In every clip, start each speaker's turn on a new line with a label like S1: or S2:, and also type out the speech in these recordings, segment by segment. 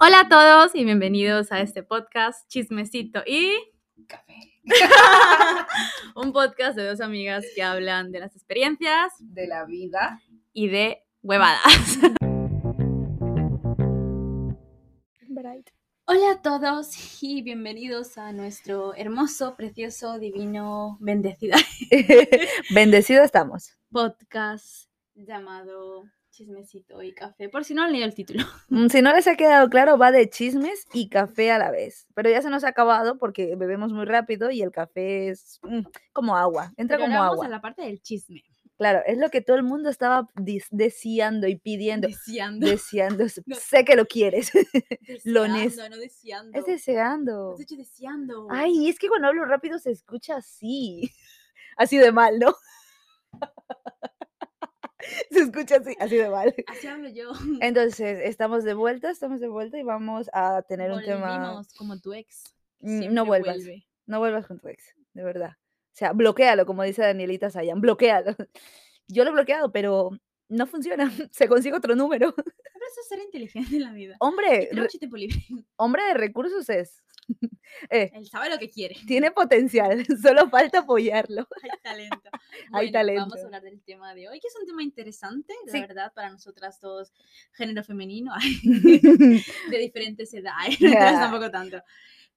S1: Hola a todos y bienvenidos a este podcast Chismecito y
S2: Café.
S1: un podcast de dos amigas que hablan de las experiencias
S2: De la vida.
S1: y de huevadas.
S3: Hola a todos y bienvenidos a nuestro hermoso, precioso, divino, bendecida
S4: Bendecidos estamos.
S3: podcast llamado Chismecito y Café. Por si no han leído el título.
S4: Mm, Si no les ha quedado claro, va de chismes y café a la vez. Pero ya se nos ha acabado porque bebemos muy rápido y el café es mm, como agua. Entra
S3: Pero
S4: como
S3: ahora vamos
S4: agua.
S3: a la parte del chisme.
S4: Claro, es lo que todo el mundo estaba dis- deseando y pidiendo.
S3: Deseando.
S4: Deseando.
S3: No.
S4: Sé que lo quieres. lo
S3: deseando,
S4: nes-
S3: No deseando.
S4: es Ah, deseando.
S3: Has dicho deseando.
S4: Ay, es que cuando hablo rápido se escucha así. Así de mal, ¿no? se escucha así, así de mal.
S3: Así hablo yo.
S4: Entonces, estamos de vuelta, estamos de vuelta y vamos a tener un tema.
S3: Volvimos como tu ex.
S4: Mm,
S3: Siempre
S4: No vuelvas,
S3: vuelve.
S4: no vuelvas con tu ex, de verdad. O sea, bloquealo, como dice Danielita Sayan, bloquealo. Yo lo he bloqueado, pero no funciona. Se consigue otro número.
S3: Pero eso es ser inteligente en la vida.
S4: Hombre,
S3: Tener
S4: Eh, re-
S3: mucho tiempo libre.
S4: hombre de recursos es. Eh,
S3: Él sabe lo que quiere.
S4: tiene potencial, solo falta apoyarlo.
S3: Hay talento.
S4: Hay
S3: Vamos a
S4: talento.
S3: hablar del tema de hoy, que es un tema interesante, la
S4: Sí.
S3: verdad, para nosotras todos, género femenino, ay, de diferentes edades, no
S4: Ya.
S3: mentiras, tampoco tanto.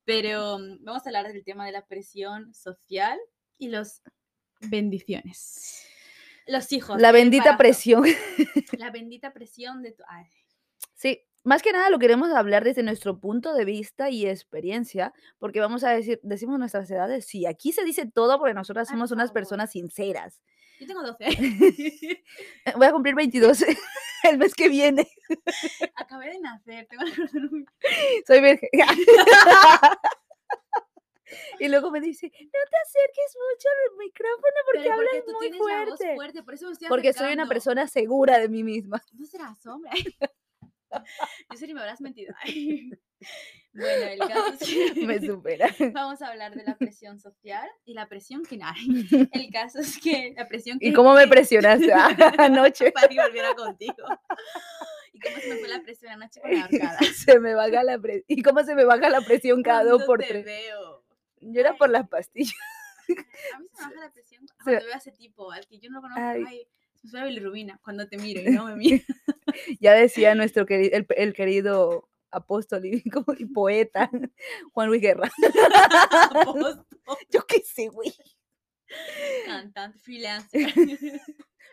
S3: Pero mm, vamos a hablar del tema de la presión social y los bendiciones. Los hijos.
S4: La
S3: el
S4: bendita
S3: embarazo,
S4: presión.
S3: La bendita presión de tu. ay,
S4: Sí, más que nada lo queremos hablar desde nuestro punto de vista y experiencia, porque vamos a decir, decimos nuestras edades, sí, aquí se dice todo porque nosotras
S3: Ay,
S4: somos
S3: por
S4: unas
S3: favor.
S4: personas sinceras.
S3: Yo tengo 12.
S4: Eh, Voy a cumplir 22 el mes que viene,
S3: Acabé de nacer. Tengo el corazón-
S4: soy virgen. y luego me dice, no te acerques mucho al micrófono porque
S3: Pero
S4: hablas
S3: tú
S4: muy
S3: tienes la voz
S4: fuerte.
S3: fuerte, por eso me estoy
S4: Porque soy una
S3: acercando.
S4: persona segura de mí misma.
S3: ¿Tú serás hombre? Yo sé ni me habrás mentido. bueno, el caso es que
S4: Me supera.
S3: vamos a hablar de la presión social y la presión que hay. El caso es que la presión que
S4: ¿Y cómo me
S3: que-
S4: presionaste Ah, anoche?
S3: para que volviera contigo. ¿Y cómo se me fue la presión anoche con la ahorcada?
S4: Se me baja la presión. ¿Y cómo se me baja la presión cada dos
S3: Cuando
S4: por
S3: te
S4: tres?
S3: veo.
S4: Yo era por las pastillas.
S3: A mí se me baja la presión
S4: se-
S3: cuando veo a ese tipo, al que yo no conozco. Ay.
S4: Ay.
S3: se me sube la bilirrubina cuando te miro y no me miro.
S4: Ya decía nuestro querido, el, el querido apóstol y, como- y poeta Juan Luis Guerra. Yo qué sé, güey.
S3: Cantante, freelancer.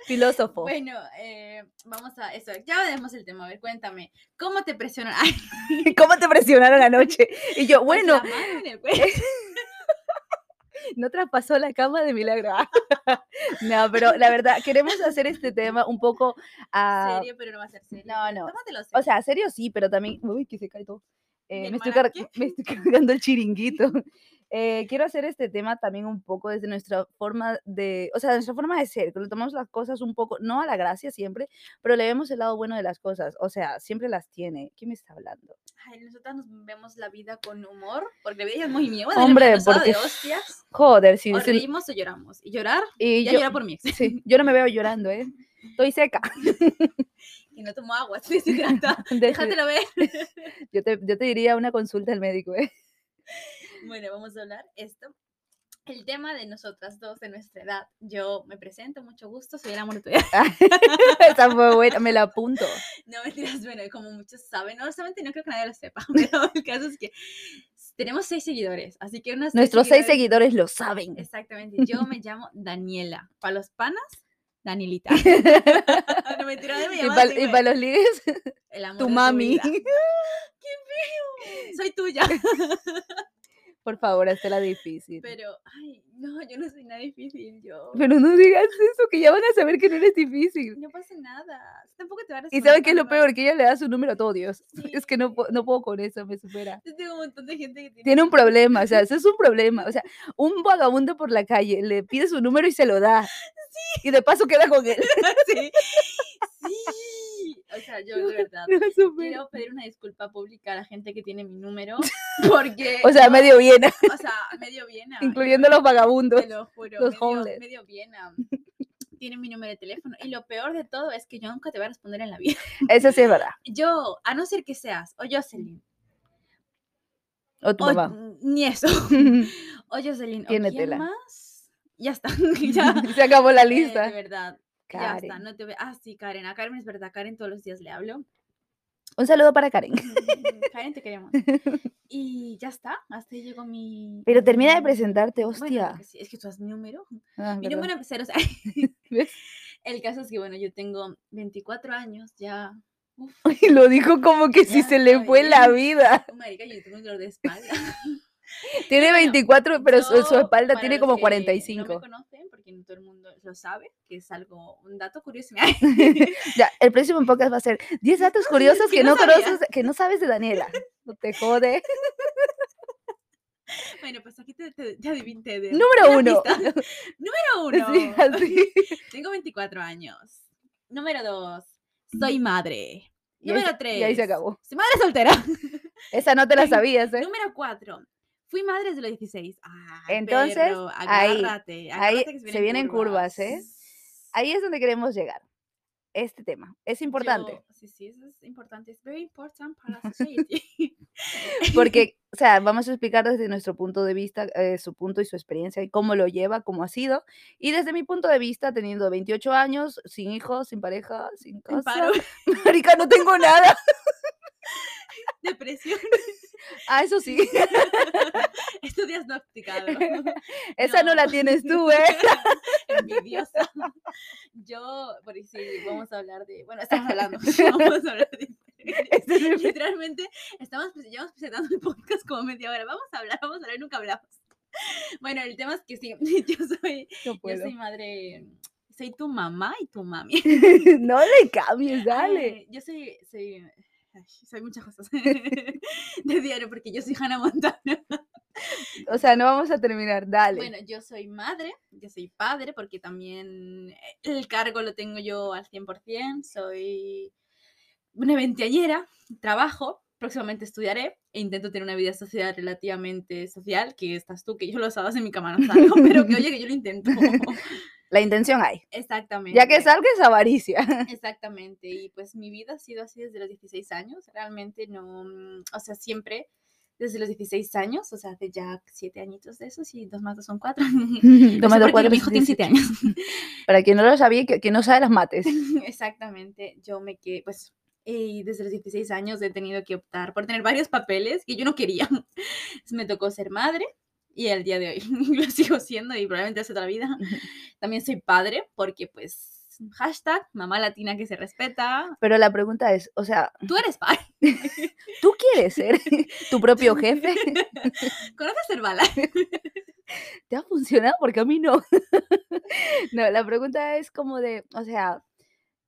S4: Filósofo.
S3: Bueno, eh, vamos a eso. Ya veremos el tema. A ver, cuéntame. ¿Cómo te presionan? Ay, pues
S4: ¿Cómo te presionaron anoche? Y yo,
S3: la
S4: bueno,
S3: mano en el cuello.
S4: no traspasó la cama de milagro. Ah. No, pero la verdad, queremos hacer este tema un poco a...
S3: serio, pero no va a ser serio.
S4: Ah. no,
S3: pero
S4: no.
S3: Tómatelo serio.
S4: O sea, serio sí, pero también... Uy, que se cae todo. Eh,
S3: ¿Mi
S4: me, estoy
S3: hermana
S4: car- me estoy cargando el chiringuito. Eh, quiero hacer este tema también un poco desde nuestra forma de, o sea, nuestra forma de ser, que lo tomamos las cosas un poco, no a la gracia siempre, pero le vemos el lado bueno de las cosas, o sea, siempre las tiene. ¿Quién me está hablando?
S3: Ay, nosotras nos vemos la vida con humor, porque la vida ya es muy mía.
S4: Hombre,
S3: porque...
S4: porque-
S3: de hostias.
S4: Joder, si
S3: O
S4: dicen-
S3: reímos o lloramos. Y llorar,
S4: y
S3: ya
S4: yo,
S3: llora por mi ex.
S4: sí, yo no me veo llorando, ¿eh? Estoy seca.
S3: Y no tomo agua, estoy deshidratada.
S4: Deje-
S3: Déjatelo ver.
S4: yo, te, yo te diría una consulta al médico, ¿eh?
S3: Bueno, vamos a hablar esto. El tema de nosotras dos de nuestra edad. Yo me presento, mucho gusto, soy el amor de tu vida.
S4: Esa fue buena, me la apunto.
S3: No mentiras, bueno, como muchos saben, no, solamente no creo que nadie lo sepa, pero el caso es que tenemos seis seguidores, así que unos
S4: Nuestros seis seguidores lo saben.
S3: Exactamente, yo me llamo Daniela. Para los panas, Danielita. no mentira, de
S4: Y para los ligues, tu mami.
S3: Soy tuya.
S4: Por favor, hazte la difícil.
S3: Pero, ay, no, yo no soy nada difícil, yo.
S4: Pero no digas eso, que ya van a saber que no eres difícil.
S3: No pasa nada. Tampoco te va a
S4: ¿Y
S3: saben
S4: sabes qué es lo peor? Que ella le da su número a todo Dios. Es que no,
S3: Sí.
S4: pu- no puedo con eso, me supera.
S3: Yo tengo un montón de gente que tiene.
S4: Tiene un problema, o sea, eso es un problema. O sea, un vagabundo por la calle le pide su número y se lo da. Y de paso queda con él.
S3: Sí. sí. O sea, yo de verdad.
S4: No supera.
S3: Quiero pedir una disculpa pública a la gente que tiene mi número, porque...
S4: O sea,
S3: no-
S4: medio bien,
S3: O sea, medio Viena.
S4: incluyendo los vagabundos.
S3: Te lo juro.
S4: los
S3: medio,
S4: homeless.
S3: medio Viena. tiene mi número de teléfono. Y lo peor de todo es que yo nunca te voy a responder en la vida.
S4: Eso sí es verdad.
S3: Yo, a no ser que seas, o Jocelyn,
S4: O tu
S3: o-
S4: papá.
S3: ni eso, o Jocelyn, o
S4: Tiene
S3: quién
S4: tela.
S3: más, ya está, ya.
S4: Se acabó la
S3: eh,
S4: lista.
S3: de verdad, ya está,
S4: Karen.
S3: no te ve- Ah, sí, Karen, a Karen es verdad, Karen todos los días le hablo.
S4: Un saludo para Karen.
S3: Karen, te queremos. Y ya está, hasta ahí llegó mi...
S4: Pero termina de
S3: mi-
S4: presentarte,
S3: Mm. bueno, pues, lo que
S4: hostia.
S3: sí, es que tú has mi número.
S4: Ah,
S3: Mi
S4: perdón.
S3: número es cero, o sea,
S4: ¿Ves?
S3: el caso es que, bueno, yo tengo 24 años, ya... Uf,
S4: Y lo dijo como que si
S3: Ya
S4: se le fue la
S3: estoy.
S4: vida.
S3: oh, marica, yo tengo un dolor de espalda.
S4: Tiene
S3: Bueno,
S4: 24, pero su, su
S3: Yo,
S4: espalda
S3: para
S4: tiene
S3: los
S4: como
S3: que No me
S4: 45.
S3: conocen porque no todo el mundo lo sabe, que es algo, un dato curioso.
S4: ya, el próximo podcast va a ser 10 datos curiosos que,
S3: que no
S4: no
S3: sabía.
S4: conoces, que no sabes de Daniela. No te jode.
S3: bueno, pues aquí te, te, te adivin- te de- una
S4: Número uno.
S3: pista. Número
S4: Sí,
S3: uno.
S4: así.
S3: Tengo 24 años. Número dos. Soy madre.
S4: Y ahí se-
S3: Número tres.
S4: Y ahí se acabó.
S3: Soy madre soltera.
S4: Esa no te la
S3: Tengo-
S4: sabías, ¿eh?
S3: Número cuatro. Fui madre desde los 16. Ah,
S4: Entonces,
S3: perro,
S4: ahí-
S3: agárrate,
S4: ahí
S3: agárrate que
S4: se vienen curvas, ¿eh? Ahí es donde queremos llegar. Este tema es importante.
S3: Yo- sí, sí, eso es importante. Es very important para la society.
S4: Porque, o sea, vamos a explicar desde nuestro punto de vista, eh, su punto y su experiencia, y cómo lo lleva, cómo ha sido. Y desde mi punto de vista, teniendo 28 años, sin hijos, sin pareja, sin
S3: Sin
S4: casa.
S3: paro,
S4: Marica, no tengo nada.
S3: depresión.
S4: Ah, eso sí.
S3: Esto diagnosticado.
S4: Esa
S3: No.
S4: no, la tienes tú, ¿eh?
S3: Envidiosa. Yo, por ahí sí, vamos a hablar de. Bueno, estamos hablando. Vamos a hablar de.
S4: Este es el-
S3: Literalmente, estamos, pre- llevamos presentando el podcast como media hora. Vamos a hablar, vamos a hablar, nunca hablamos. Bueno, el tema es que sí, yo soy,
S4: No
S3: yo
S4: puedo.
S3: soy madre. Soy tu mamá y tu mami.
S4: No le cambies, dale.
S3: Ay, yo soy, soy, ay, soy muchas cosas de diario porque yo soy Hannah Montana.
S4: O sea, no vamos a terminar, dale.
S3: Bueno, yo soy madre, yo soy padre porque también eh, el cargo lo tengo yo al 100%, soy una veinteañera, trabajo, próximamente estudiaré e intento tener una vida social relativamente social, que estás tú, que yo los sábados en mi cama no salgo, pero que oye, que yo lo intento.
S4: La intención hay.
S3: Exactamente.
S4: Ya que salga es avaricia.
S3: Exactamente, y pues mi vida ha sido así desde los 16 años, realmente no, mm, o sea, siempre desde los 16 años, o sea, hace ya 7 añitos de esos y 2 más 2 son 4.
S4: Toma dos cuatro
S3: mi hijo tiene 7 años.
S4: Para quien no lo sabía, que, que no sabe las mates.
S3: Exactamente, yo me quedé, pues, y desde los 16 años he tenido que optar por tener varios papeles que yo no quería. Me tocó ser madre y el día de hoy lo sigo siendo y probablemente hace toda la vida. También soy padre porque, pues, hashtag mamá latina que se respeta.
S4: Pero la pregunta es, o sea,
S3: Tú eres padre.
S4: ¿tú quieres ser tu propio jefe?
S3: ¿Conoces Herbalife?
S4: ¿Te ha funcionado? Porque a mí no. No, la pregunta es como de, o sea,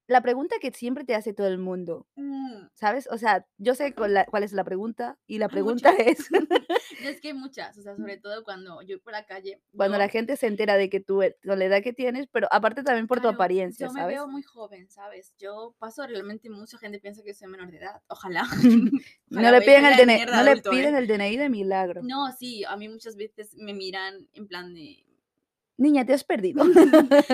S4: la pregunta que siempre te hace todo el mundo,
S3: Mm,
S4: ¿sabes? O sea, yo sé cuál, la- cuál es la pregunta y la
S3: hay
S4: pregunta
S3: muchas.
S4: es
S3: No, es que hay muchas, o sea, sobre todo cuando yo voy por la calle.
S4: cuando
S3: yo-
S4: la gente se entera de que tú, e- con la edad que tienes, pero aparte también por
S3: claro,
S4: tu apariencia,
S3: Yo me
S4: ¿sabes?
S3: veo muy joven, ¿sabes? Yo paso realmente, mucha gente piensa que soy menor de edad, ojalá.
S4: No
S3: Ojalá
S4: le
S3: voy a
S4: piden
S3: estar
S4: el
S3: de
S4: DNI,
S3: mierda
S4: no
S3: de
S4: le
S3: adulto, ¿eh?
S4: piden el DNI de milagro.
S3: No, sí, a mí muchas veces me miran en plan de,
S4: Niña, te has perdido.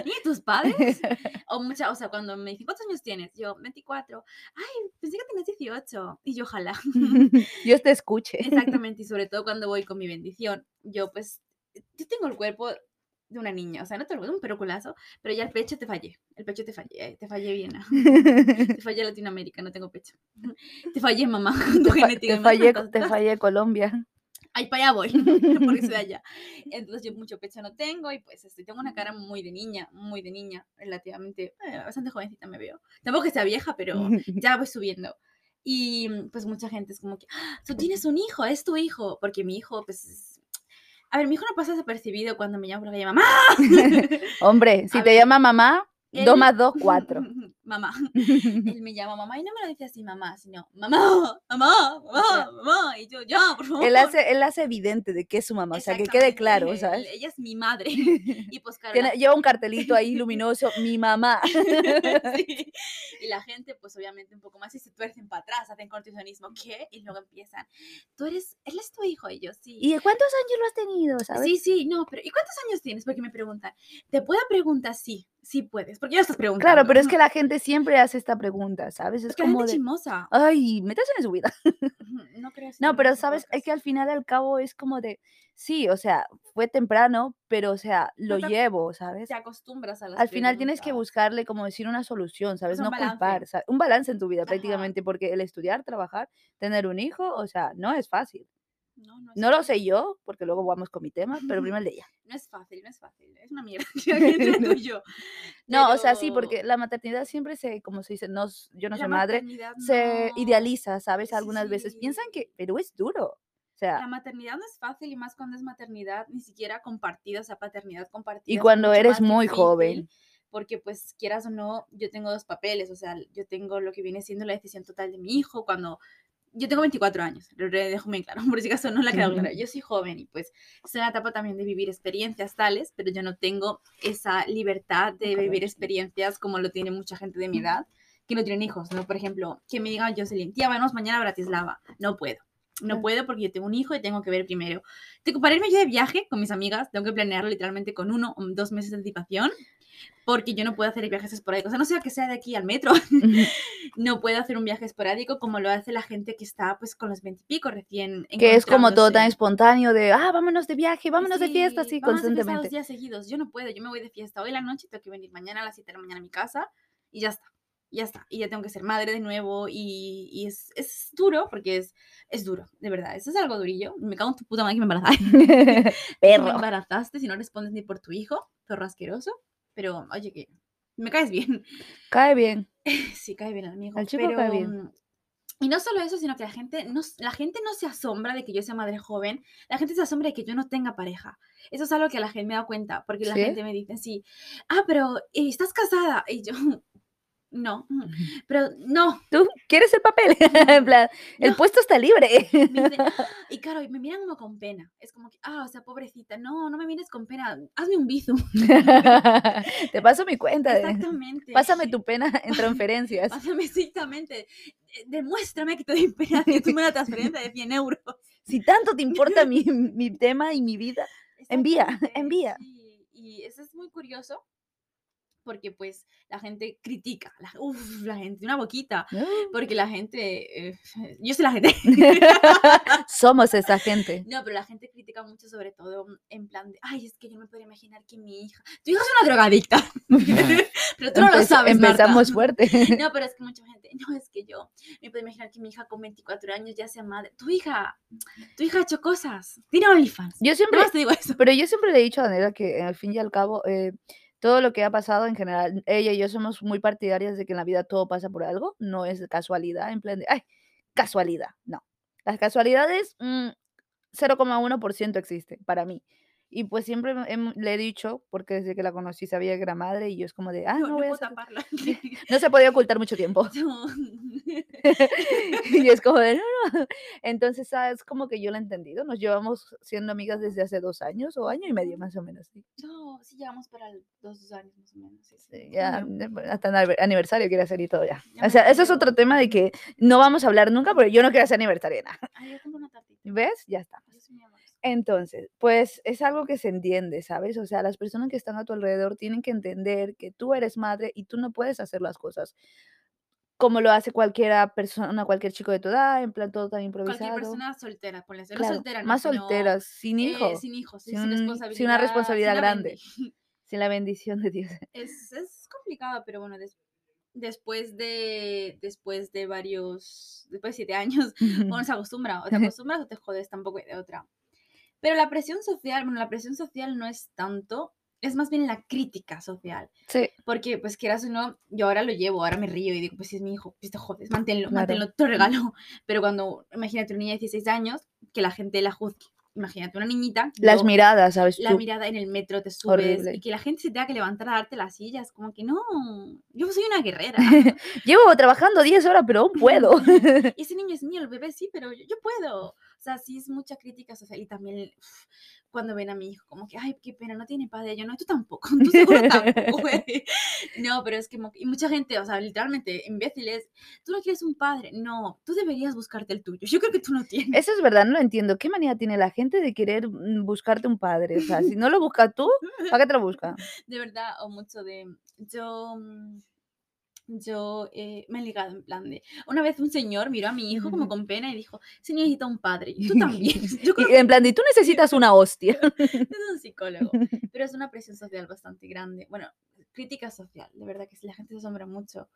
S3: ¿y tus padres? O, mucha, o sea, cuando me dicen, ¿cuántos años tienes? Yo, 24. Ay, pensé que tenías 18. Y yo, ojalá.
S4: Dios te escuche.
S3: Exactamente, y sobre todo cuando voy con mi bendición. Yo, pues, yo tengo el cuerpo de una niña, o sea, no tengo un peroculazo, pero ya el pecho te fallé, el pecho te fallé, eh, te fallé bien, te fallé Latinoamérica, no tengo pecho. Te fallé, mamá, tu
S4: Te, fa-
S3: genética,
S4: te
S3: me
S4: fallé,
S3: matan
S4: te
S3: todas.
S4: fallé Colombia.
S3: Ay, para allá voy, porque soy de allá. Entonces yo mucho pecho no tengo y pues este, tengo una cara muy de niña, muy de niña, relativamente, eh, bastante jovencita me veo. Tampoco que sea vieja, pero ya voy subiendo. Y mm, pues mucha gente es como que, "Ah, tú tienes un hijo, es tu hijo, porque mi hijo, pues... es- A ver, mi hijo no pasa desapercibido cuando me llama por la calle, mamá.
S4: Hombre, si
S3: A
S4: te
S3: ver,
S4: llama mamá, 2
S3: él-
S4: más 2, 4.
S3: mamá. Él me llama mamá y no me lo dice así mamá, sino mamá, mamá, mamá, mamá. Y yo, ya, por favor.
S4: Él hace, él hace evidente de que es su mamá, o sea, que quede
S3: Exactamente,
S4: claro,
S3: el-
S4: ¿sabes?
S3: Ella es mi madre. Y pues claro, la-
S4: Tiene- lleva un cartelito ahí luminoso, mi mamá.
S3: sí, Y la gente, pues obviamente un poco más y se tuercen para atrás, hacen cortisonismo, ¿qué? Y luego empiezan, tú eres, él es tu hijo, y yo sí.
S4: ¿Y de cuántos años lo has tenido, sabes?
S3: Sí, sí, no, pero ¿y cuántos años tienes? Porque me preguntan, ¿te puedo preguntar? Sí, sí puedes, porque ya lo estás preguntando.
S4: Claro, pero es que la gente siempre hace esta pregunta, ¿sabes? Es
S3: es que la gente
S4: como de,
S3: chismosa.
S4: ay, métase en su vida.
S3: Ujú, No creas.
S4: No,
S3: en
S4: pero
S3: esas
S4: sabes, es
S3: cosas.
S4: que al final y al cabo es como de, sí, o sea, fue temprano, pero o sea, lo
S3: te-
S4: llevo, ¿sabes?
S3: te acostumbras a las
S4: Al final tienes que
S3: preguntas.
S4: buscarle como decir una solución, ¿sabes?
S3: un
S4: No
S3: balance.
S4: culpar, ¿sabes? un balance en tu vida
S3: Ajá.
S4: prácticamente, porque el estudiar, trabajar, tener un hijo, o sea, no es fácil.
S3: No, es
S4: No lo sé yo, porque luego vamos con mi tema, pero primero el de ella.
S3: No es fácil, no es fácil. Es una mierda. entre tú y yo.
S4: No, o sea, sí,
S3: Pero
S4: porque la maternidad siempre se, como se dice, no, s- yo no
S3: la
S4: soy madre,
S3: maternidad
S4: se
S3: no-
S4: idealiza, ¿sabes?
S3: sí,
S4: Algunas veces piensan que, pero es duro. O sea,
S3: La maternidad no es fácil y más cuando es maternidad ni siquiera compartida, o sea, paternidad compartida. es
S4: cuando
S3: mucho
S4: eres
S3: más
S4: muy
S3: difícil,
S4: joven.
S3: Porque pues quieras o no, yo tengo dos papeles, o sea, yo tengo lo que viene siendo la decisión total de mi hijo cuando... Yo tengo 24 años, lo re- dejo muy claro, por si acaso no la ha quedado clara. Yo soy joven y pues es una etapa también de vivir experiencias tales, pero yo no tengo esa libertad de vivir
S4: Correcto.
S3: experiencias como lo tiene mucha gente de mi edad que no tienen hijos, ¿no? Por ejemplo, que me digan, Jocelyn, tía, vamos mañana a Bratislava. No puedo. No
S4: Claro.
S3: puedo porque yo tengo un hijo y tengo que ver primero. Tengo, para irme yo de viaje con mis amigas, tengo que planearlo literalmente con uno o dos meses de anticipación, porque yo no puedo hacer viajes esporádicos. O sea, no sea que sea de aquí al metro, no puedo hacer un viaje esporádico como lo hace la gente que está pues con los veintipico recién.
S4: que es como todo tan
S3: encontrándose.
S4: espontáneo de, ah, vámonos de viaje,
S3: Sí,
S4: vámonos de fiesta, sí,
S3: vámonos de fiesta dos
S4: constantemente.
S3: días seguidos. Yo no puedo, yo me voy de fiesta hoy la noche, tengo que venir mañana a las 7 de la mañana a mi casa y ya está. Y Ya está. Y ya tengo que ser madre de nuevo y, y es, es duro porque es, es duro, de verdad. Eso es algo durillo. Me cago en tu puta madre que me embarazaste. que Me
S4: Perro.
S3: embarazaste si no respondes ni por tu hijo, perro asqueroso. Pero oye, que me caes bien.
S4: Cae bien.
S3: Sí, cae bien el amigo.
S4: Al chico cae bien.
S3: pero, mm, Y no solo eso, sino que la gente, no, s- la gente no se asombra de que yo sea madre joven, la gente se asombra de que yo no tenga pareja. Eso es algo que la gente me da cuenta, porque la
S4: ¿Sí?
S3: gente me dice, sí, ah, pero eh, estás casada. Y yo, no, mm, pero no.
S4: ¿Tú quieres el papel? En plan, el
S3: No.
S4: puesto está libre.
S3: Me dicen, "Ah", y claro, y me miran como con pena. Es como que, ah, o sea, pobrecita, no, no me mires con pena, hazme un bizum.
S4: Te paso mi cuenta. de-
S3: Exactamente.
S4: Pásame tu pena en transferencias.
S3: Pásame exactamente. eh, Demuéstrame que te doy pena. Yo tuve una transferencia de 100 euros.
S4: Si tanto te importa mi, mi tema y mi vida, Envía,
S3: Exactamente,
S4: envía.
S3: sí, Y eso es muy curioso porque pues la gente critica, la, uf, la gente, una boquita, porque la gente, eh, yo soy la gente,
S4: somos esa gente.
S3: no, pero la gente critica mucho sobre todo mm, en plan de, ay, es que yo no me podría imaginar que mi hija, tu hija es una drogadicta, pero tú no lo
S4: Empe-
S3: sabes, Marta.
S4: empezamos fuerte.
S3: No, pero es que mucha gente, no, es que yo me puedo imaginar que mi hija con 24 años ya sea madre. Tu hija, tu hija ha hecho cosas. Tiene OnlyFans.
S4: Yo
S3: Nada
S4: siempre,
S3: más te digo eso.
S4: pero yo siempre le he dicho a Daniela que al fin y al cabo eh, todo lo que ha pasado en general, ella y yo somos muy partidarias de que en la vida todo pasa por algo, no es casualidad, en plan de, ay, casualidad, no. Las casualidades, mm, 0,1% existen para mí. Y pues siempre me- em- le he dicho, porque desde que la conocí sabía que era madre y yo es como de, ah,
S3: No,
S4: no,
S3: no
S4: voy a
S3: puedo
S4: hacer-
S3: taparlo.
S4: no se podía ocultar mucho tiempo.
S3: No.
S4: y es como de, no, no. Entonces, ¿sabes? Como que yo lo he entendido. Nos llevamos siendo amigas desde hace dos años o año y medio más o menos. sí.
S3: No, sí, llevamos para el- los dos años más o menos. sí, sí,
S4: Sí,
S3: un
S4: Ya,
S3: año.
S4: eh, bueno, hasta el anive- aniversario quiere hacer y todo ya.
S3: Ya me
S4: O sea, eso es
S3: acuerdo.
S4: otro tema de que no vamos a hablar nunca porque yo no quiero hacer aniversario de nada.
S3: Ay, yo tengo una tartita.
S4: ¿Ves? Ya está.
S3: Yo soy muy amorosa.
S4: Entonces, pues es algo que se entiende, ¿sabes? O sea, las personas que están a tu alrededor tienen que entender que tú eres madre y tú no puedes hacer las cosas como lo hace cualquiera persona, cualquier chico de tu edad, en plan todo tan improvisado.
S3: Cualquier persona soltera, ponle eso.
S4: Claro,
S3: no soltera, no,
S4: más
S3: sino,
S4: solteras, sin
S3: eh,
S4: hijos, sin,
S3: sin hijos, sí,
S4: sin
S3: sin
S4: un- sin una
S3: responsabilidad.
S4: responsabilidad
S3: sin una
S4: grande.
S3: bendi-
S4: la bendición de Dios.
S3: Es, es complicado, pero bueno, des- después de después de varios, después de siete años, uno se acostumbra, o te acostumbras o te jodes, tampoco hay de otra. Pero la presión social, bueno, la presión social no es tanto, es más bien la crítica social.
S4: Sí,
S3: Porque, pues, quieras o no, yo ahora lo llevo, ahora me río y digo, pues, si es mi hijo, pues te jodes, manténlo,
S4: Claro.
S3: manténlo, te lo regalo. Pero cuando, imagínate una niña de 16 años, que la gente la juzgue. Imagínate una niñita.
S4: las
S3: yo-
S4: miradas, ¿sabes?
S3: la
S4: Tú,
S3: mirada en el metro te subes
S4: Horrible.
S3: y que la gente se tenga que levantar a darte las sillas, como que no, yo soy una guerrera.
S4: Llevo trabajando 10 horas, pero aún puedo.
S3: y ese niño es mío, el bebé sí, pero yo, yo puedo. O sea, sí es mucha crítica social y también uf, cuando ven a mi hijo, como que, ay, qué pena, no tiene padre. Yo no, tú tampoco, tú seguro tampoco, güey. No, pero es que, mo- y mucha gente, o sea, literalmente, imbéciles, tú no quieres un padre. No, tú deberías buscarte el tuyo. Yo creo que tú no tienes.
S4: Eso es verdad, no lo entiendo. ¿Qué manía tiene la gente de querer mm, buscarte un padre? O sea, si no lo buscas tú, ¿para qué te lo busca?
S3: de verdad, o mucho de. Yo. mm, Yo eh, me he ligado en plan de. Una vez un señor miró a mi hijo como con pena y dijo: Se necesita un padre. Y yo, tú también. Yo creo
S4: Y en plan, y tú necesitas una hostia.
S3: es un psicólogo, pero es una presión social bastante grande. Bueno, crítica social, de verdad que sí, la gente se asombra mucho.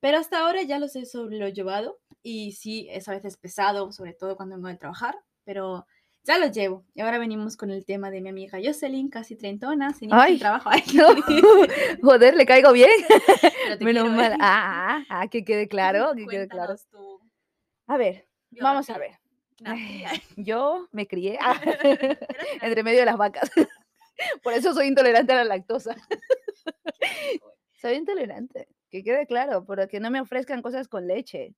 S3: Pero hasta ahora ya los he sobrellevado y sí, es a veces pesado, sobre todo cuando vengo de trabajar, pero ya lo llevo. Y ahora venimos con el tema de mi amiga Jocelyn, casi treintona, sin hijos, sin
S4: Ay,
S3: trabajo. Ay,
S4: No, Joder, le caigo bien.
S3: pero te
S4: Menos
S3: quiero,
S4: mal.
S3: ¿eh?
S4: Ah, ah, ah, que quede claro, que quede claro.
S3: Cuéntanos tu
S4: A ver, vamos a
S3: biografía. Ah,
S4: ver.
S3: Nada,
S4: Ay,
S3: ay,
S4: Yo me crié ah,
S3: gracias.
S4: entre medio de las vacas. Por eso soy intolerante a la lactosa. Soy intolerante, que quede claro, pero que no me ofrezcan cosas con leche,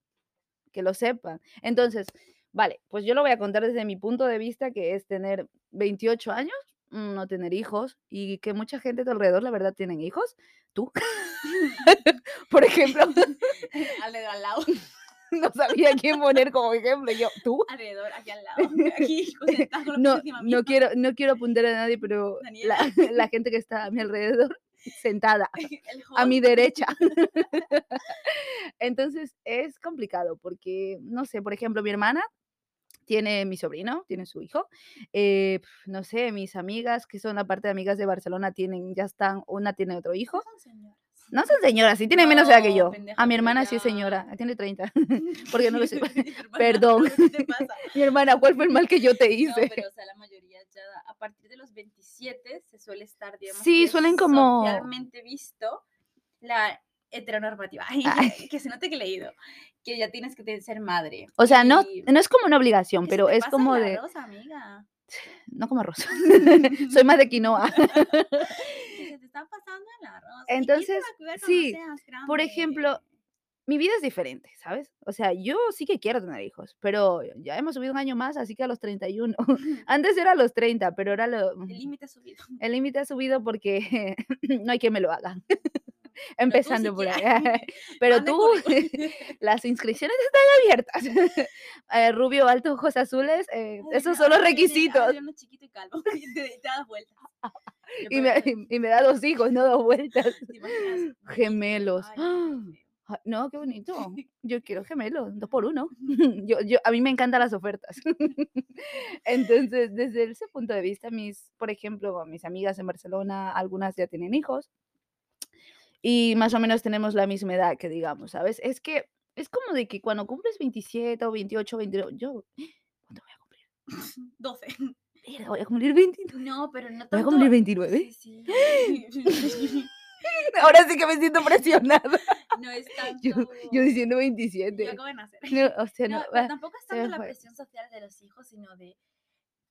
S4: que lo sepan. Entonces, vale, pues yo lo voy a contar desde mi punto de vista, que es tener 28 años, mm, no tener hijos, y que mucha gente de tu alrededor, la verdad, tienen hijos. Tú, por ejemplo,
S3: alrededor, al lado,
S4: no sabía quién poner como ejemplo. Yo, tú,
S3: alrededor, aquí al lado, aquí, conectada con la
S4: no,
S3: persona encima mía.
S4: no, quiero, no quiero apuntar a nadie, pero la, la gente que está a mi alrededor, sentada.
S3: El
S4: a mi
S3: host.
S4: derecha. Entonces es complicado porque, no sé, por ejemplo, mi hermana tiene mi sobrino, tiene su hijo, eh, pf, no sé, mis amigas que son aparte de amigas de Barcelona tienen, ya están, una tiene otro hijo.
S3: Son señoras.
S4: No son señoras, sí tienen menos edad que
S3: No,
S4: yo.
S3: pendeja,
S4: A mi
S3: pero
S4: hermana sí es
S3: ya.
S4: señora, tiene 30. porque no lo
S3: Y
S4: sé.
S3: tu hermana,
S4: Perdón.
S3: ¿qué te pasa?
S4: mi hermana, ¿cuál fue el mal que yo te
S3: No,
S4: hice?
S3: pero o sea, la mayoría ya a partir de los 27 se suele estar, digamos,
S4: Sí,
S3: que
S4: suelen como-
S3: socialmente visto la heteronormativa. Ay,
S4: Ay.
S3: que se note que he leído que ya tienes que te- ser madre.
S4: o sea, no,
S3: y
S4: no es como una obligación,
S3: que se
S4: pero
S3: te
S4: es
S3: pasa
S4: como
S3: la
S4: de...
S3: rosa, amiga.
S4: No como arroz. Soy más de quinoa.
S3: Que se te está pasando la rosa. ¿Y quién te va a
S4: Entonces,
S3: cuidar cuando
S4: sí,
S3: seas
S4: por ejemplo,
S3: grande?
S4: mi vida es diferente, ¿sabes? O sea, yo sí que quiero tener hijos, pero ya hemos subido un año más, así que a los 31. Antes era a los 30, pero ahora lo, mm,
S3: el límite es subido.
S4: el límite ha subido porque no hay quien me lo haga.
S3: tú
S4: Empezando
S3: sí
S4: por ahí.
S3: quieres.
S4: Pero
S3: Manda
S4: tú,
S3: currículum.
S4: las inscripciones están abiertas. Eh, rubio, alto, ojos azules, eh,
S3: Uy,
S4: esos
S3: no,
S4: son los
S3: ahora viene- ahora
S4: requisitos.
S3: viene uno chiquito y calvo, y te, te das vuelta. Yo
S4: Y
S3: creo
S4: me,
S3: que-
S4: y me da dos hijos, no dos vueltas.
S3: ¿te imaginas? Ay,
S4: Gemelos.
S3: ay, no, qué feo.
S4: Ah, No, qué bonito. Yo quiero gemelos, dos por uno. Yo, yo, a mí me encantan las ofertas. Entonces, desde ese punto de vista, mis, por ejemplo, mis amigas en Barcelona, algunas ya tienen hijos y más o menos tenemos la misma edad, que digamos, ¿sabes? Es que es como de que cuando cumples 27 o 28, 29, yo, ¿cuánto voy a cumplir?
S3: 12.
S4: Mierda, Voy a cumplir 29.
S3: No, pero no tanto.
S4: Voy a cumplir 29.
S3: Sí, sí.
S4: Ahora sí que me siento presionada.
S3: no es tanto.
S4: Yo, yo diciendo
S3: yo
S4: 27.
S3: acabo de nacer.
S4: No, o sea,
S3: No,
S4: no,
S3: pero
S4: va.
S3: tampoco es
S4: se me
S3: tanto la
S4: fue.
S3: presión social de los hijos, sino de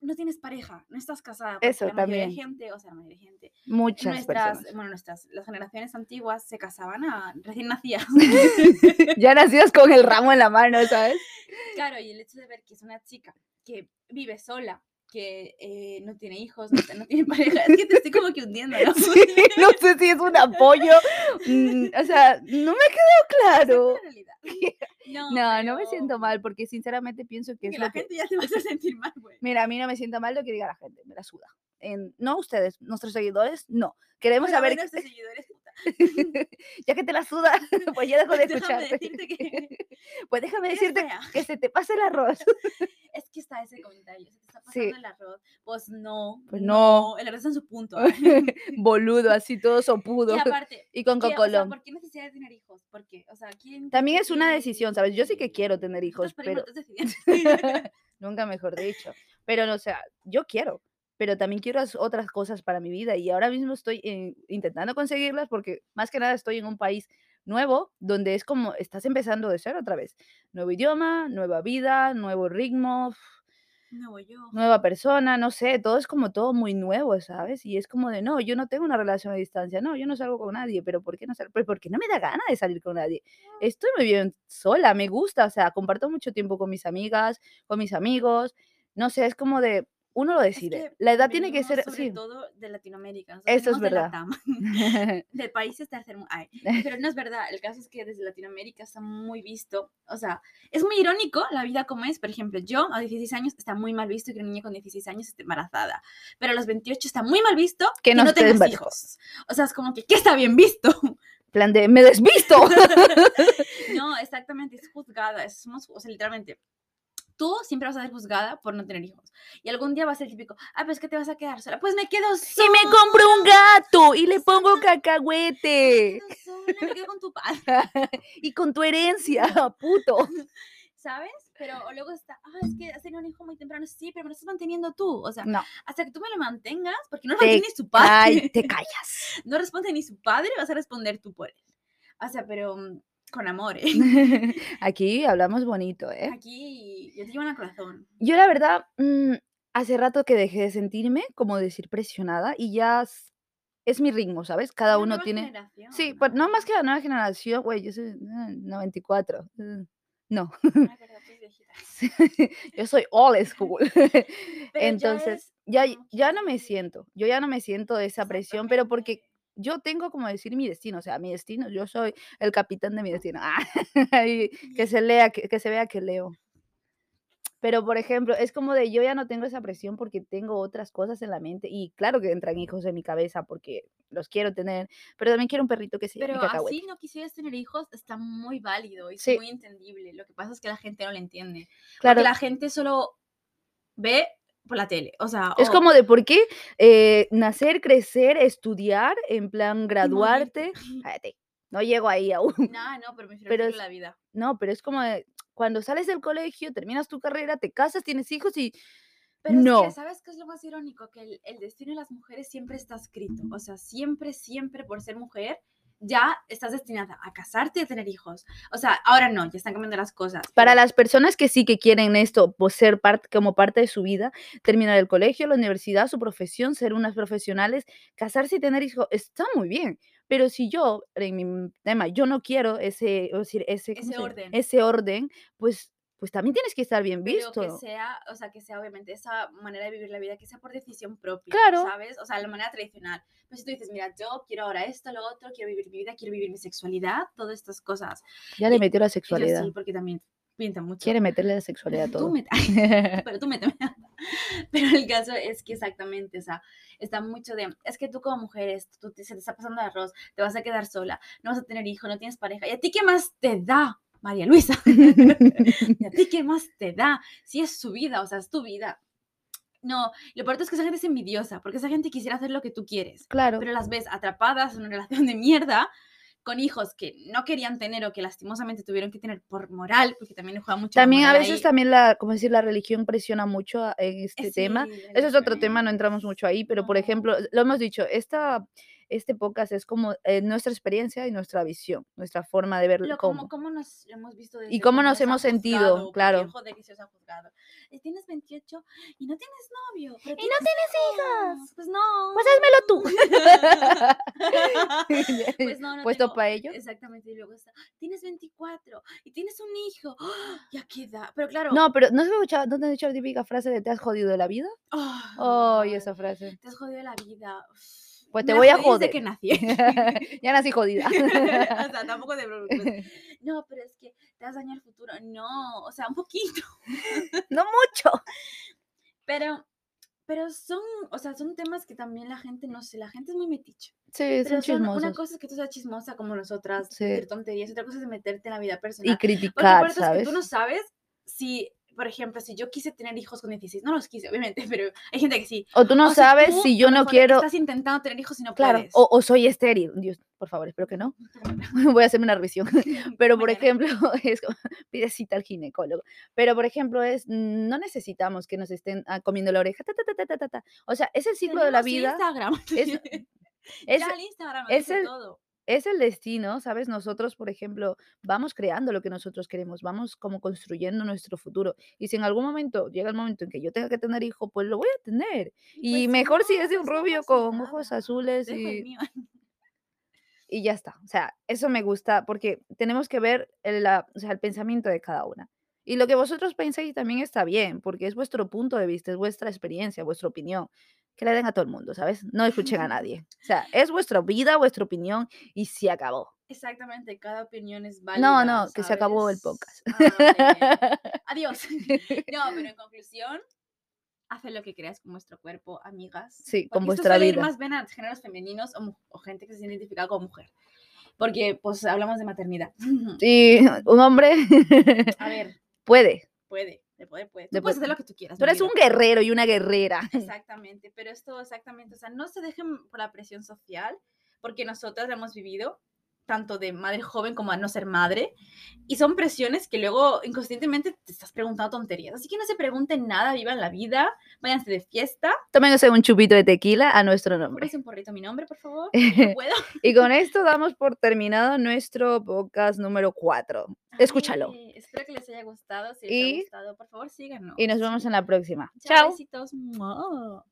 S3: no tienes pareja, no estás casada. porque
S4: Eso
S3: la mayoría de
S4: también.
S3: gente, o sea, la mayoría de gente,
S4: muchas
S3: nuestras,
S4: personas.
S3: bueno, nuestras, las generaciones antiguas se casaban a recién nacidas.
S4: Ya nacidas con el ramo en la mano, ¿sabes?
S3: Claro, y el hecho de ver que es una chica que vive sola, que eh, no tiene hijos, no, no tiene pareja, es que te estoy como que hundiendo, ¿no?
S4: Sí, no sé si es un apoyo. mm, o sea, no me ha
S3: Acepta
S4: quedado claro.
S3: la realidad. No,
S4: No, no me
S3: pero
S4: siento mal porque sinceramente pienso que
S3: Que
S4: es
S3: la
S4: lo que...
S3: gente ya te vas a sentir mal, güey.
S4: Mira, a mí no me siento mal lo que diga la gente, me la suda. En- no ustedes, nuestros seguidores, no. Queremos
S3: Bueno,
S4: saber,
S3: bueno, estos seguidores, puta,
S4: ya que te la suda, pues ya dejo de
S3: déjame
S4: escucharte.
S3: decirte que-
S4: pues déjame
S3: eres
S4: decirte
S3: fea.
S4: que se te pasa el arroz.
S3: Es que está ese comentario, se te está
S4: Sí.
S3: pasando el arroz. Pues no,
S4: Pues no.
S3: El arroz está en su punto.
S4: Boludo, así todo sopudo.
S3: Y aparte,
S4: Y con
S3: ¿qué? O sea,
S4: cocolón.
S3: ¿por qué necesidad de tener hijos? ¿Por qué? O sea, ¿quién
S4: También es una decisión, ¿sabes? Yo sí que quiero tener hijos,
S3: hijos,
S4: pero... nunca mejor dicho. Pero no, o sea, yo quiero, pero también quiero as- otras cosas para mi vida y ahora mismo estoy eh, intentando conseguirlas porque más que nada estoy en un país nuevo donde es como estás empezando de cero otra vez. Nuevo idioma, nueva vida, nuevo ritmo,
S3: Nuevo yo.
S4: nueva persona, no sé, todo es como todo muy nuevo, ¿sabes? Y es como de, no, yo no tengo una relación a distancia, no, yo no salgo con nadie, pero ¿por qué no salgo? Pues porque no me da gana de salir con nadie. Estoy muy bien sola, me gusta, o sea, comparto mucho tiempo con mis amigas, con mis amigos, no sé, es como de, uno lo
S3: Es
S4: decide.
S3: que
S4: la edad tiene que
S3: venimos
S4: ser,
S3: sobre
S4: sí.
S3: todo de Latinoamérica. nosotros
S4: Eso
S3: venimos
S4: es
S3: de
S4: verdad.
S3: Latam, de países tercer mu- ay, pero no es verdad. El caso es que desde Latinoamérica está muy visto. O sea, es muy irónico la vida como es. Por ejemplo, yo a 16 años está muy mal visto que una niña con 16 años esté embarazada. Pero a los 28 está muy mal visto
S4: Que
S3: que,
S4: no
S3: no
S4: estés
S3: tengas
S4: embarazada.
S3: hijos. O sea, es como que, ¿qué está bien visto?
S4: Plan de, me desvisto.
S3: no, exactamente, es juzgada, es- somos, o sea, literalmente. Tú siempre vas a ser juzgada por no tener hijos. Y algún día va a ser el típico, ah, pero es que te vas a quedar sola. Pues me quedo sola.
S4: y me compro un gato y le pongo cacahuete.
S3: me quedo sola, me quedo con tu padre,
S4: y con tu herencia, puto.
S3: ¿sabes? Pero o luego está, ah, es que has tenido un hijo muy temprano. Sí, pero me lo estás manteniendo tú. O sea,
S4: No.
S3: hasta que tú me lo mantengas, porque no lo
S4: Te
S3: mantiene ni su padre.
S4: Ay, te callas.
S3: No responde ni su padre, vas a responder tú por él. O sea, pero mm, con amor, ¿eh?
S4: Aquí hablamos bonito, ¿eh?
S3: Aquí yo te llevo en el corazón.
S4: Yo la verdad, mm, hace rato que dejé de sentirme, como decir, presionada y ya s- es mi ritmo, ¿sabes? Cada
S3: Una
S4: uno
S3: nueva
S4: tiene... Sí,
S3: generación,
S4: pues no
S3: ay.
S4: más que la nueva generación, güey, yo soy ah, 94. eh, No,
S3: Ay, verdad, pues, viejita.
S4: yo soy old school.
S3: Pero ya
S4: Entonces,
S3: es
S4: ya,
S3: como
S4: ya no me
S3: que-
S4: siento, yo ya no me siento esa presión, pero porque yo tengo como decir mi destino, o sea, mi destino, yo soy el capitán de mi destino. Ah, y que se lea, que, que se vea que leo. Pero, por ejemplo, es como de yo ya no tengo esa presión porque tengo otras cosas en la mente y claro que entran hijos en mi cabeza porque los quiero tener, pero también quiero un perrito que se llame
S3: Pero
S4: Cacahuete.
S3: así no quisieras tener hijos está muy válido y es
S4: Sí.
S3: muy entendible. Lo que pasa es que la gente no lo entiende.
S4: claro,
S3: Que la gente solo ve por la tele. O sea,
S4: es
S3: o-
S4: como de por qué eh, nacer, crecer, estudiar, en plan graduarte. Cállate, no llego ahí aún.
S3: Nah, no, pero me refiero
S4: Pero
S3: pero
S4: es-
S3: la vida.
S4: No, pero es como de, cuando sales del colegio, terminas tu carrera, te casas, tienes hijos y
S3: Pero es que,
S4: No.
S3: ¿sabes qué es lo más irónico? Que el, el destino de las mujeres siempre está escrito. O sea, siempre, siempre por ser mujer ya estás destinada a casarte y a tener hijos. O sea, ahora no, ya están cambiando las cosas.
S4: para
S3: pero-
S4: las personas que sí que quieren esto, pues ser parte, como parte de su vida, terminar el colegio, la universidad, su profesión, ser unas profesionales, casarse y tener hijos, está muy bien. Pero si yo, en mi tema, yo no quiero ese, o decir, ese, ¿cómo
S3: Ese
S4: se llama?
S3: orden.
S4: ese orden, pues, pues también tienes que estar bien
S3: pero
S4: visto.
S3: que sea, o sea, que sea obviamente esa manera de vivir la vida, que sea por decisión propia,
S4: Claro.
S3: ¿sabes? O sea, la manera tradicional. Pero si tú dices, mira, yo quiero ahora esto, lo otro, quiero vivir mi vida, quiero vivir mi sexualidad, todas estas cosas.
S4: ya le
S3: y-
S4: metió la
S3: Y yo
S4: sexualidad.
S3: sí, porque también pinta mucho.
S4: Quiere meterle la sexualidad a
S3: Tú
S4: todo.
S3: me- pero tú méteme. Pero el caso es que exactamente, o sea, está mucho de, es que tú como mujer, es- tú te- se te está pasando el arroz, te vas a quedar sola, no vas a tener hijo, no tienes pareja. ¿Y a ti qué más te da, María Luisa? ¿Y a ti qué más te da? Si es su vida, o sea, es tu vida. No, lo peor es que esa gente es envidiosa, porque esa gente quisiera hacer lo que tú quieres,
S4: claro.
S3: pero las ves atrapadas en una relación de mierda con hijos que no querían tener o que lastimosamente tuvieron que tener por moral, porque también juega mucho la
S4: También a
S3: moral
S4: veces
S3: ahí.
S4: también la, como decir, la religión presiona mucho a- en este
S3: Eh,
S4: tema.
S3: sí,
S4: Ese es otro tema, no
S3: religiones.
S4: entramos mucho ahí, pero por
S3: No.
S4: ejemplo, lo hemos dicho, esta, este podcast es como eh, nuestra experiencia y nuestra visión, nuestra forma de ver
S3: Lo-
S4: cómo.
S3: cómo, cómo nos hemos visto
S4: Y cómo nos
S3: ha
S4: hemos sentido,
S3: juzgado, porque,
S4: claro.
S3: joder, que se os ha juzgado. Eh, Tienes 28 y no tienes novio. pero
S4: Y no
S3: hijos. Pues no.
S4: Pues házmelo tú.
S3: Pues no, no
S4: Puesto
S3: tengo-
S4: para ello.
S3: Exactamente, y luego está, tienes 24 y tienes un hijo. ¡Ah! Ya queda. Pero claro.
S4: No, pero ¿no has escuchado, no te has dicho la típica frase de te has jodido la vida? Ay,
S3: ah,
S4: esa frase.
S3: Te has jodido la vida. Uf,
S4: Pues
S3: me
S4: te
S3: la
S4: voy a
S3: jodí
S4: joder.
S3: Desde que nací. Pues,
S4: ya nací jodida.
S3: o sea, tampoco te preocupes. No, pero es que te vas a dañar el futuro. No, o sea, un poquito.
S4: no mucho.
S3: Pero, pero son, o sea, son temas que también la gente, no sé, la gente es muy metiche.
S4: Sí,
S3: Pero
S4: son
S3: son, una
S4: chismosos.
S3: cosa es que tú seas chismosa como nosotras,
S4: Sí.
S3: decir tonterías, otra cosa es meterte en la vida
S4: Y
S3: personal. Porque
S4: criticar,
S3: aparte es que
S4: ¿sabes?
S3: tú no sabes si, por ejemplo, si yo quise tener hijos con 16, no los quise, obviamente, pero hay gente que sí.
S4: O tú no
S3: O
S4: sabes
S3: tú,
S4: si
S3: a
S4: yo
S3: lo
S4: no
S3: mejor,
S4: quiero...
S3: Estás intentando tener hijos y no
S4: Claro,
S3: puedes.
S4: o, o soy estéril. Dios, por favor, espero que no. Voy a hacerme una revisión. Pero, por
S3: Mañana.
S4: ejemplo, es como, pide cita al ginecólogo. Pero, por ejemplo, es, mm, no necesitamos que nos estén ah, comiendo la oreja. ta, ta, ta, ta, ta, ta, ta. O sea, es el ciclo de la
S3: Tenemos
S4: vida.
S3: Instagram.
S4: es-
S3: es,
S4: Es,
S3: ya el Instagram lo
S4: es
S3: dice
S4: el-
S3: todo.
S4: es el destino, ¿sabes? Nosotros, por ejemplo, vamos creando lo que nosotros queremos, vamos como construyendo nuestro futuro. Y si en algún momento llega el momento en que yo tenga que tener hijo, pues lo voy a tener. Y
S3: Pues
S4: mejor si
S3: no,
S4: es de un
S3: pues no
S4: rubio
S3: pasa
S4: con ojos
S3: nada.
S4: azules
S3: Dejo el
S4: y...
S3: mío.
S4: y ya está. O sea, eso me gusta porque tenemos que ver el, la- o sea, el pensamiento de cada una. Y lo que vosotros penséis también está bien, porque es vuestro punto de vista, es vuestra experiencia, vuestra opinión. Que la den a todo el mundo, ¿sabes? No escuchen a nadie. O sea, es vuestra vida, vuestra opinión y se acabó.
S3: Exactamente, cada opinión es válida.
S4: No, no, que se acabó el
S3: ¿sabes?
S4: podcast.
S3: Ah, eh, Adiós. No, pero en conclusión, haz lo que creas con vuestro cuerpo, amigas.
S4: Sí, con
S3: Porque esto
S4: vuestra
S3: suele ir
S4: vida.
S3: más bien a géneros femeninos o, mu- o gente que se siente identificada como mujer. Porque, pues, hablamos de maternidad.
S4: Sí, un hombre
S3: A ver,
S4: puede.
S3: puede, de poder puede. Tú
S4: De
S3: puedes
S4: poder.
S3: hacer lo que tú quieras.
S4: Tú
S3: mi
S4: eres
S3: vida.
S4: un guerrero y una guerrera.
S3: Exactamente, pero esto exactamente, o sea, no se dejen por la presión social, porque nosotras la hemos vivido tanto de madre joven como a no ser madre, y son presiones que luego inconscientemente te estás preguntando tonterías. Así que no se pregunten nada, vivan la vida, váyanse de fiesta,
S4: Tómenos un chupito de tequila a nuestro nombre.
S3: pónganse un porrito a mi nombre, por favor.
S4: Eh,
S3: No puedo.
S4: Y con esto damos por terminado nuestro podcast número 4. Escúchalo.
S3: Ay, espero que les haya gustado, si les
S4: Y-
S3: ha gustado, por favor síganos.
S4: Y nos vemos en la próxima.
S3: Chao.
S4: Chao.
S3: besitos. Mua.